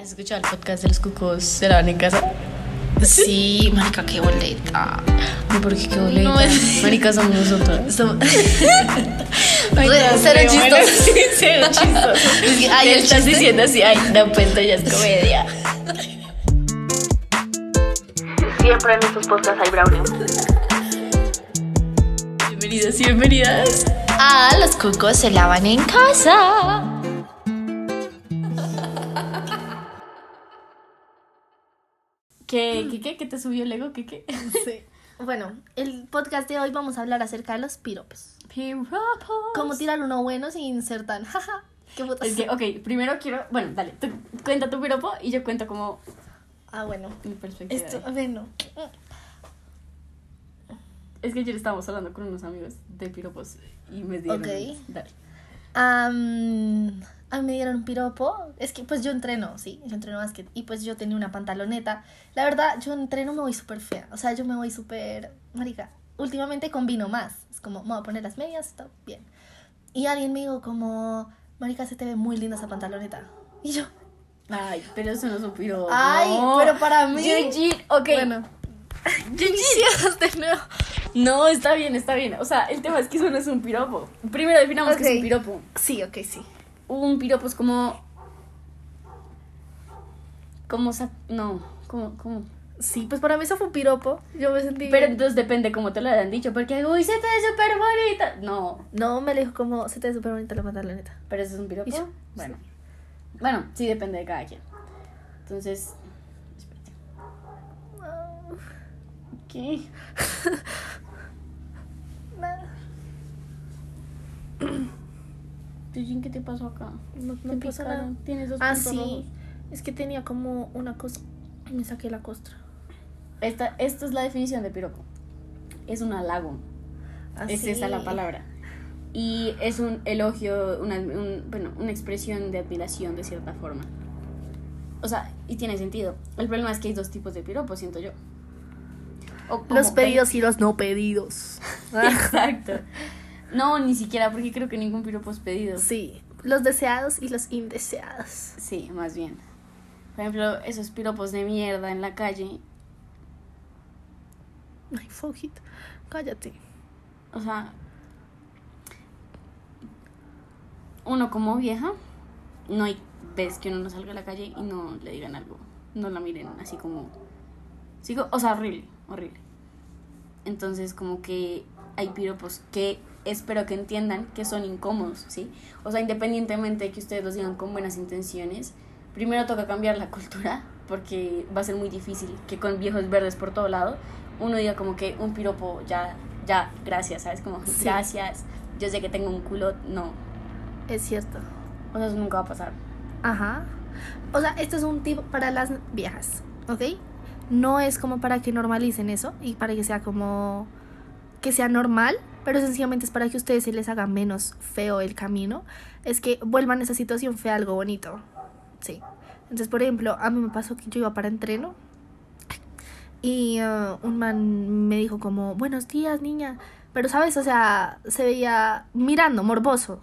escuchar el podcast de los cucos? ¿Se lavan en casa? Sí, marica, qué boleta. No, porque qué boleta. No, es- Marica, somos nosotros. Estamos... Ay, Re- no, cero pero bueno, chistoso. sí, cero chistoso. Es que, ay, Te el estás chiste. diciendo así, ay, no, pues esto ya es comedia. Siempre en estos podcasts hay brownie. Bienvenidas y bienvenidas. Ah, los cucos se lavan en casa. ¿Qué, qué, qué, qué te subió el ego? ¿Qué, qué? Bueno, el podcast de hoy vamos a hablar acerca de los piropos. Piropos. Cómo tirar uno bueno sin insertar. Jaja. Qué putas. Es que, ok, primero quiero. Bueno, dale, tú cuenta tu piropo y yo cuento como Ah, bueno. mi perspectiva. Esto, bueno. Es que ayer estábamos hablando con unos amigos de piropos y me dieron. Ok. Dale. Am, a mí me dieron un piropo. Es que pues yo entreno, sí, yo entreno básquet. Y pues yo tenía una pantaloneta. La verdad, yo entreno me voy súper fea. O sea, yo me voy súper. Marica, últimamente combino más. Es como, me voy a poner las medias, está bien. Y alguien me dijo, como, Marica, se te ve muy linda esa pantaloneta. Y yo, Ay, pero eso no es un piropo. Ay, pero para mí- Gigi, Oh, ok. bueno. Gigi. de nuevo. No, está bien, está bien. O sea, el tema es que eso no es un piropo. Primero definamos que es Ok. un piropo. Sí, ok, sí. Un piropo es como. Como. sa- No, como. como. Sí, pues para mí eso fue un piropo. Yo me sentí. Pero entonces depende cómo te lo hayan dicho. Porque, uy, se te ve súper bonita. No, No, me le dijo como, se te ve súper bonita la pantaloneta. Pero eso es un piropo. Y yo, Bueno. Bueno, sí depende de cada quien. Entonces. espérate. Ah, ¿Qué? Tuyin, ¿qué te pasó acá? No, Te picaron. Tienes dos Ah, puntos sí. rojos. Es que tenía como una cosa. y Me saqué la costra. Esta, esta es la definición de piropo. Es un halago. es esa la palabra. Y es un elogio, una, un- bueno, una expresión de admiración de cierta forma. O sea, y tiene sentido. El problema es que hay dos tipos de piropos, siento yo. O como Los ve- pedidos y los no pedidos. Exacto. No, ni siquiera, porque creo que ningún piropo es pedido. sí. Los deseados y los indeseados. Sí, más bien. Por ejemplo, esos piropos de mierda en la calle. Ay, fuck it. Cállate. O sea, uno como vieja, no hay ves que uno no salga a la calle y no le digan algo. No la miren así como... Sigo, o sea, horrible, horrible. Entonces, como que hay piropos que espero que entiendan que son incómodos, ¿sí? O sea, independientemente de que ustedes los digan con buenas intenciones, primero toca cambiar la cultura, porque va a ser muy difícil que con viejos verdes por todo lado uno diga como que un piropo ya, ya, gracias, ¿sabes? Como, Sí. gracias, yo sé que tengo un culo, no. Es cierto. O sea, eso nunca va a pasar. Ajá. O sea, esto es un tip para las viejas, ¿ok? No es como para que normalicen eso y para que sea como que sea normal, pero sencillamente es para que ustedes se les haga menos feo el camino. Es que vuelvan a esa situación fea algo bonito. Sí. Entonces, por ejemplo, a mí me pasó que yo iba para entreno y eh, un man me dijo como, buenos días, niña. Pero, ¿sabes? O sea, se veía mirando, morboso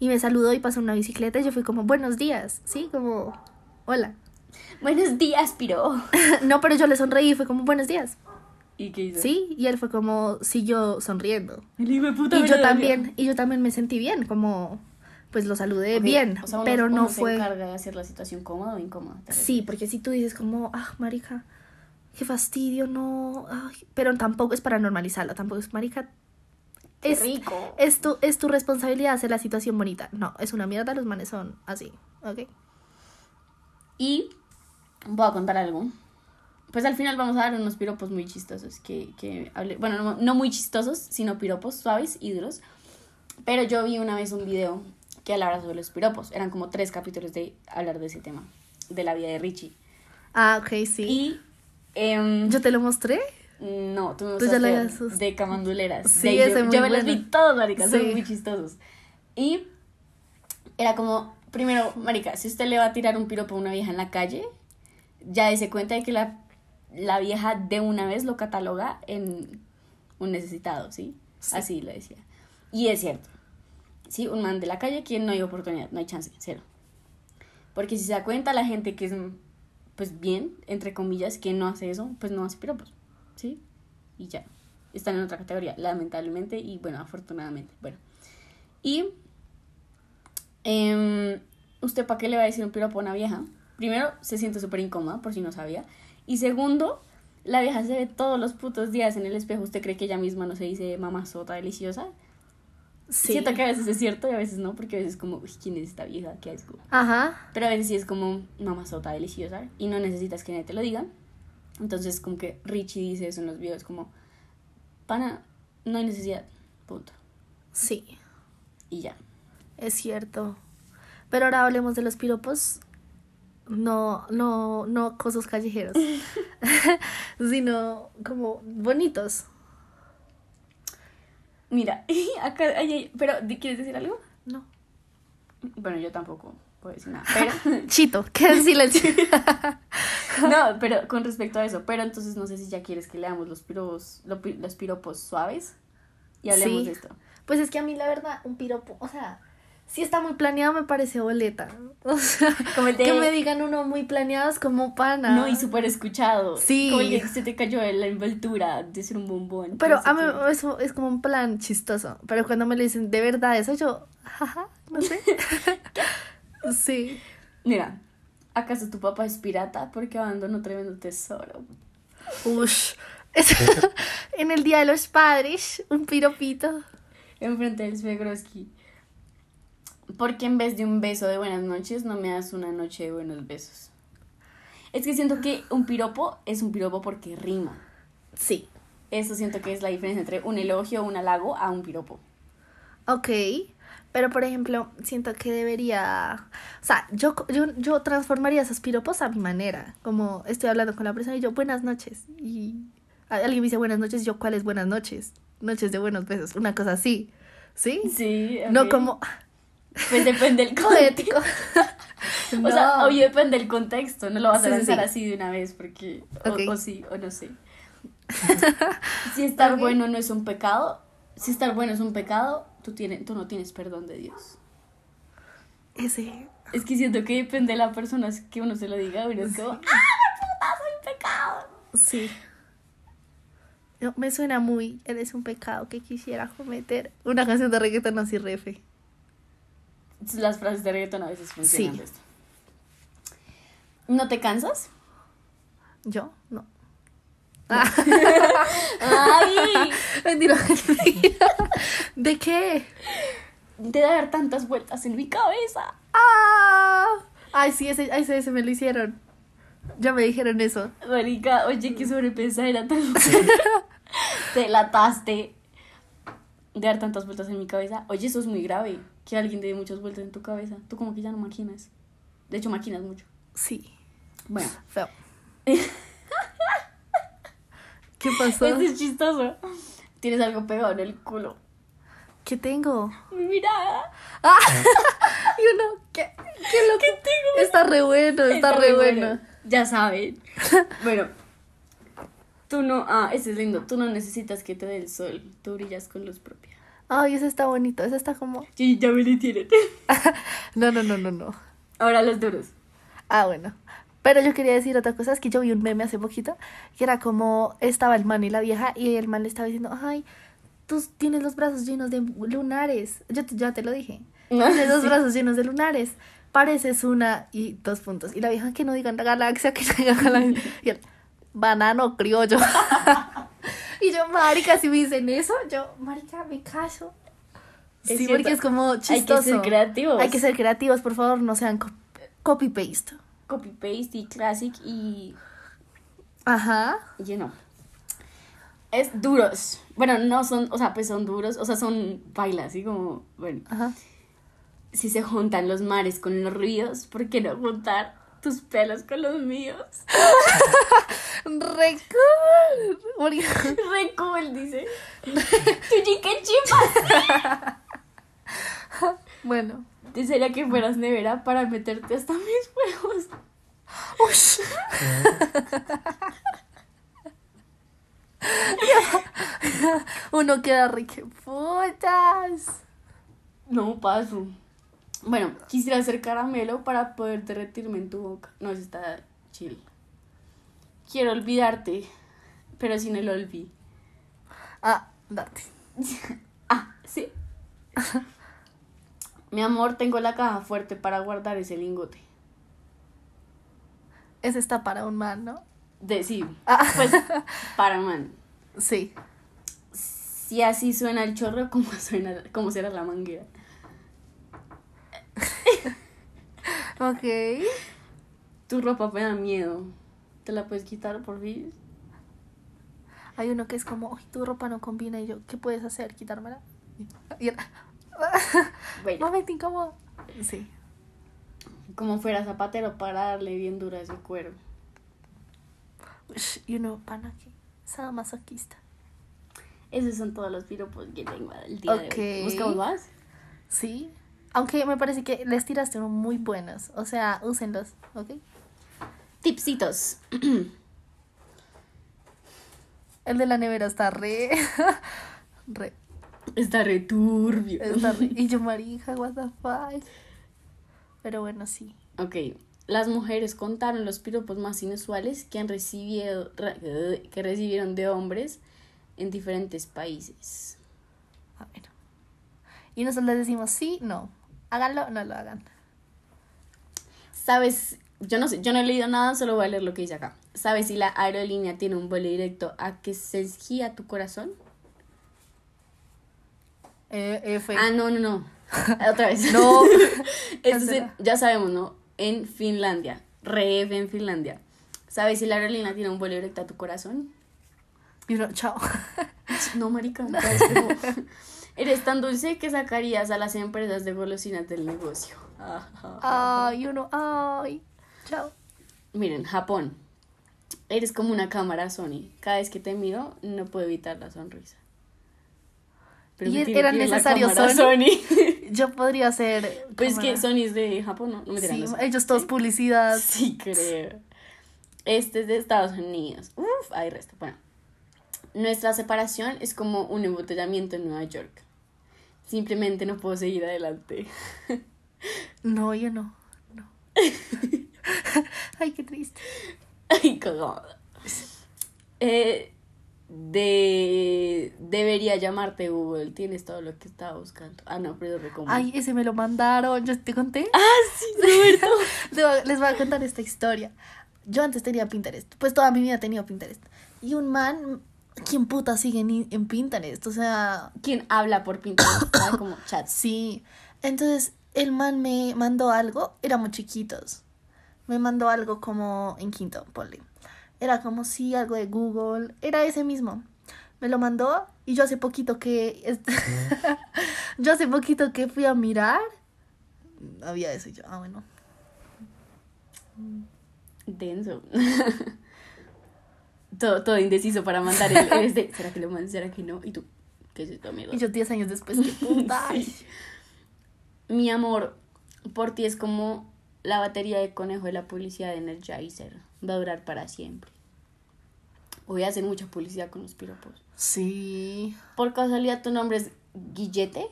y me saludó y pasó una bicicleta y yo fui como buenos días, sí, como hola. Buenos días, piro. no, pero yo le sonreí y fue como buenos días, ¿Y qué hizo? sí, y él fue como siguió sonriendo. El hijo de puta Y me yo lo también, y yo también me sentí bien, como pues lo saludé Ok, bien, o sea, uno- pero no uno fue Se encarga de hacer la situación cómoda o incómoda. tal vez. Sí, porque si tú dices como, ah, marica, qué fastidio, no, ay", pero tampoco es para normalizarlo, tampoco es marica Qué es rico. es tu, es tu responsabilidad hacer la situación bonita. No, es una mierda, los manes son así, ¿ok? Y voy a contar algo. Pues al final vamos a dar unos piropos muy chistosos. Que, que hable- bueno, no, no muy chistosos, sino piropos suaves y duros. Pero yo vi una vez un video que hablaba sobre los piropos. Eran como tres capítulos de hablar de ese tema, de la vida de Richie. Ah, ok, sí. Y. em, ¿Yo te lo mostré? No, tú me Tú ya la mostraste habías- de camanduleras. Sí, de, ese yo, muy yo me los bueno. vi todos, marica, son Sí. muy chistosos. Y era como, primero, marica, si usted le va a tirar un piropo a una vieja en la calle, ya dése cuenta de que la, la vieja de una vez lo cataloga en un necesitado, ¿sí? Así lo decía. Y es cierto. Sí, un man de la calle, quien no hay oportunidad, no hay chance, cero. Porque si se da cuenta, la gente que es pues bien, entre comillas, que no hace eso, pues no hace piropos, ¿sí? Y ya, están en otra categoría, lamentablemente y bueno, afortunadamente, bueno. Y, em, ¿usted para qué le va a decir un piropo a una vieja? Primero, se siente súper incómoda, por si no sabía. Y segundo, la vieja se ve todos los putos días en el espejo. ¿Usted cree que ella misma no se dice mamazota deliciosa? Sí. Siento que a veces es cierto y a veces no, porque a veces es como, uy, ¿quién es esta vieja? ¿Qué asco? Ajá. Pero a veces sí es como mamazota deliciosa y no necesitas que nadie te lo diga. Entonces, como que Richie dice eso en los videos, como, pana, no hay necesidad, punto. Sí, Y ya. es cierto. Pero ahora hablemos de los piropos. No, no, no cosas callejeros. sino como bonitos. Mira, acá, ay, ay, pero, ¿di- ¿quieres decir algo? No. Bueno, yo tampoco puedo decir nada, pero... Chito, queda en silencio. No, pero con respecto a eso, pero entonces no sé si ya quieres que leamos los piropos, lo pi- los piropos suaves y hablemos Sí. de esto. Pues es que a mí la verdad, un piropo, o sea, si está muy planeado me parece boleta. O sea, Como el de- que me digan uno muy planeado es como pana. No, y súper escuchado. Sí. Como el que se te cayó en la envoltura de ser un bombón. Pero no sé a mí qué. eso es como un plan chistoso. Pero cuando me lo dicen de verdad eso, yo, jaja, no sé. sí. Mira, ¿acaso tu papá es pirata? Porque abandonó tremendo tesoro. Ush. en el Día de los Padres, un piropito. Enfrente del Svegroski. Porque en vez de un beso de buenas noches, no me das una noche de buenos besos. Es que siento que un piropo es un piropo porque rima. Sí. Eso siento que es la diferencia entre un elogio, un halago a un piropo. Ok, pero por ejemplo, siento que debería, o sea, yo, co- yo, yo transformaría esos piropos a mi manera, como estoy hablando con la persona y yo, buenas noches, y a- alguien me dice buenas noches, yo, ¿cuáles buenas noches? Noches de buenos besos, una cosa así, ¿sí? Sí. No ok. como Pues depende del contexto. poético. O sea, No. obvio depende del contexto, no lo vas a Sí, sí, lanzar sí. así de una vez porque o- Ok. o, sí o no sé. si estar Ok. bueno no es un pecado, si estar bueno es un pecado, tú tienes tú no tienes perdón de Dios. Ese, Es que siento que depende de la persona es que uno se lo diga, pero es como ¡Ah, puta, soy un pecado! sí. No, me suena muy, eres un pecado que quisiera cometer. Una canción de reggaeton así refe. Las frases de reggaetón a veces funcionan. Sí. de esto. ¿No te cansas? ¿Yo? No. ¡Ay! Mentira, mentira. ¿De qué? De dar tantas vueltas en mi cabeza. ¡Ah! Ay, sí, ese, ay, ese, ese me lo hicieron. Ya me dijeron eso. Marica, oye, Mm. qué sobrepensadera tan Te lataste de dar tantas vueltas en mi cabeza. Oye, eso es muy grave. Que alguien te dé muchas vueltas en tu cabeza. Tú como que ya no maquinas. De hecho, maquinas mucho. Sí, Bueno, feo. ¿Qué pasó? eso es chistoso. Tienes algo pegado en el culo. ¿Qué tengo? Mi mirada. ¡Ah! Y uno, ¿qué? ¿Qué loco? ¿Qué tengo? Está re bueno, está, re bueno. Ya saben. Bueno. Tú no... Ah, ese es lindo. Tú no necesitas que te dé el sol. Tú brillas con luz propia. Ay, ese está bonito, ese está como... Sí, ya me lo tienen. No, no, no, no, no. Ahora los duros. Ah, bueno. Pero yo quería decir otra cosa, es que yo vi un meme hace poquito, que era como estaba el man y la vieja, y el man le estaba diciendo, ay, tú tienes los brazos llenos de lunares. Yo te- ya te lo dije. Tienes los brazos llenos de lunares. Pareces una y dos puntos. Y la vieja que no digan la galaxia, que no digan galaxia. Y el banano criollo. y yo, marica, si me dicen eso, yo, marica, me caso. Sí, Es cierto. porque es como Hay que ser chistoso. creativos. Hay que ser creativos, por favor, no sean co- copy-paste. copy paste y classic y Ajá. y no. Es duros. Bueno, no son, o sea, pues son duros, o sea, son bailas, así como, bueno, Ajá. si se juntan los mares con los ríos, ¿por qué no juntar tus pelos con los míos? Re cool. Porque- Re cool, dice. Chuchi, qué chipas. Bueno. Desearía que fueras nevera para meterte hasta mis huevos. Ush. Uno queda re que putas. No, paso. Bueno, quisiera hacer caramelo para poder derretirme en tu boca. No, eso está chill. Quiero olvidarte, pero sin el olví. Ah, date. Ah, sí. Mi amor, tengo la caja fuerte para guardar ese lingote. Ese está para un man, ¿no? De sí, pues para man. Sí. Si así suena el chorro, ¿cómo, suena, cómo será la manguera? Ok. Tu ropa me da miedo. ¿Te la puedes quitar por fin? Hay uno que es como, "Ay, tu ropa no combina. Y yo, ¿qué puedes hacer? ¿Quitármela? Y él, Bueno, momento incómodo. Sí. como fuera zapatero para darle bien dura a ese cuero. Ush, Y uno, pana, que sadomasoquista. Esos son todos los piropos que tengo al día de hoy. Ok. ¿Buscamos más? Sí. Aunque me parece que les tiraste unos muy buenos. O sea, úsenlos, ¿ok? Tipsitos. El de la nevera está re. re. Está returbio. Está re. Y yo, marija, what the fuck. Pero bueno, sí. Ok. Las mujeres contaron los piropos más inusuales que han recibido re- que recibieron de hombres en diferentes países. A ver. Y nosotros les decimos sí, no. Háganlo, no lo hagan. ¿Sabes? Yo no sé, yo no he leído nada, solo voy a leer lo que dice acá. ¿Sabes si la aerolínea tiene un vuelo directo a que se esquía tu corazón? Eh, F. Ah, no, no, no. Otra vez. No. Esto es en- Cancela. ya sabemos, ¿no? En Finlandia. Rev en Finlandia. ¿Sabes si la aerolínea tiene un vuelo directo a tu corazón? Y uno, chao. No, marica. ya es como- Eres tan dulce que sacarías a las empresas de golosinas del negocio. Ay, y uno, Ah, ay. Chao. Miren, Japón. Eres como una cámara Sony. Cada vez que te miro, no puedo evitar la sonrisa. Y me er- tiene eran que ir la necesarios cámara Sony. Sony. Yo podría ser. pues cámara. que Sony es de Japón, ¿no? No me Sí, ellos todos publicidad. Sí, creo. Este es de Estados Unidos. Uf, ahí resta. Bueno, nuestra separación es como un embotellamiento en Nueva York. Simplemente no puedo seguir adelante. No, yo no. No. Ay, qué triste. Ay, cagado. Eh, de, debería llamarte Google. Tienes todo lo que estaba buscando. Ah, no, pero recomiendo. Ay, ese me lo mandaron. ¿Yo te conté? sí, Roberto. Te voy a- Les voy a contar esta historia. Yo antes tenía Pinterest. Pues toda mi vida he tenido Pinterest. Y un man, ¿quién puta sigue en, en Pinterest? O sea, ¿Quién habla por Pinterest? ¿Sabe? Como chats. sí. Entonces, el man me mandó algo. Éramos chiquitos. Me mandó algo como en quinto, ponle. Era como sí, algo de Google. Era ese mismo. Me lo mandó y yo hace poquito que... est- yo hace poquito que fui a mirar. Había eso y yo, ah, bueno. Denso. todo, todo indeciso para mandar el, el este, ¿Será que lo mando? ¿Será que no? Y tú, ¿qué es tu amigo? Y yo 10 años después, qué puta. Sí. Mi amor, por ti es como la batería de conejo de la publicidad de Energizer. Va a durar para siempre. Voy a hacer mucha publicidad con los piropos. Sí. Por casualidad, tu nombre es Guillete.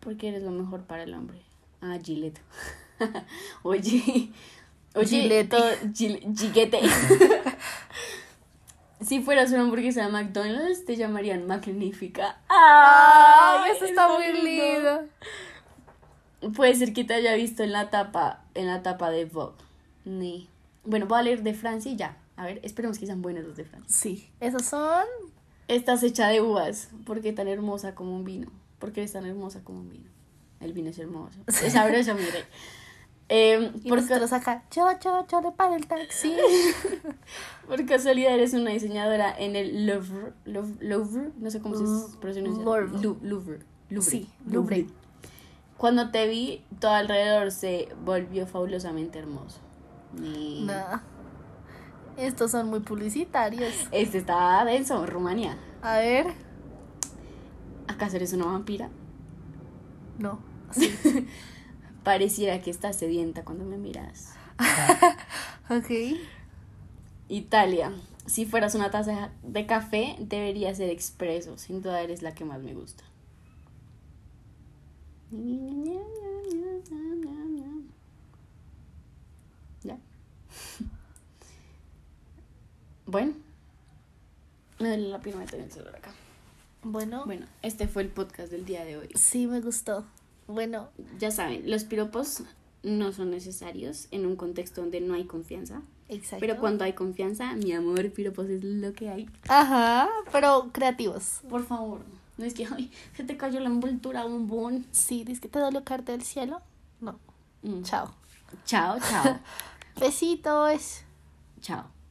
Porque eres lo mejor para el hombre. Ah, Gileto. Oye. Oye. Gillette. to- Gil- Gillette. si fueras una hamburguesa de McDonald's, te llamarían Magnífica. ¡Ay! eso está es muy lindo. Puede ser que te haya visto en la tapa, en la tapa de Vogue. Ni. Bueno, voy a leer de Francia y ya. A ver, esperemos que sean buenos los de Francia. Sí. Esos son. Estás hecha de uvas, porque tan hermosa como un vino. Porque eres tan hermosa como un vino. El vino es hermoso. Es sabroso, mire. Eh, Y por, ca- nosotros acá. Yo, yo, yo le pago el taxi. por casualidad eres una diseñadora en el Louvre. Louvre, Louvre, no sé cómo se pronuncia. Mm, Louvre. Lou- Louvre. Louvre. Sí, Louvre. Cuando te vi, todo alrededor se volvió fabulosamente hermoso. Y- No. Estos son muy publicitarios. Este está denso, Rumanía. A ver. ¿Acaso eres una vampira? No. Sí. Pareciera que estás sedienta cuando me miras. ok. Italia. Si fueras una taza de café, debería ser expreso. Sin duda eres la que más me gusta. Bueno, me duele la pierna de tener el celular acá. Bueno, Bueno, este fue el podcast del día de hoy. sí me gustó. Bueno, Ya saben, los piropos no son necesarios en un contexto donde no hay confianza. exacto. Pero cuando hay confianza, mi amor, piropos es lo que hay. Ajá, pero creativos. Por favor, no es que ay, se te cayó la envoltura, bombón. Sí, dices que te dolió caerte del cielo. No, Mm. chao. Chao, chao, Besitos. chao.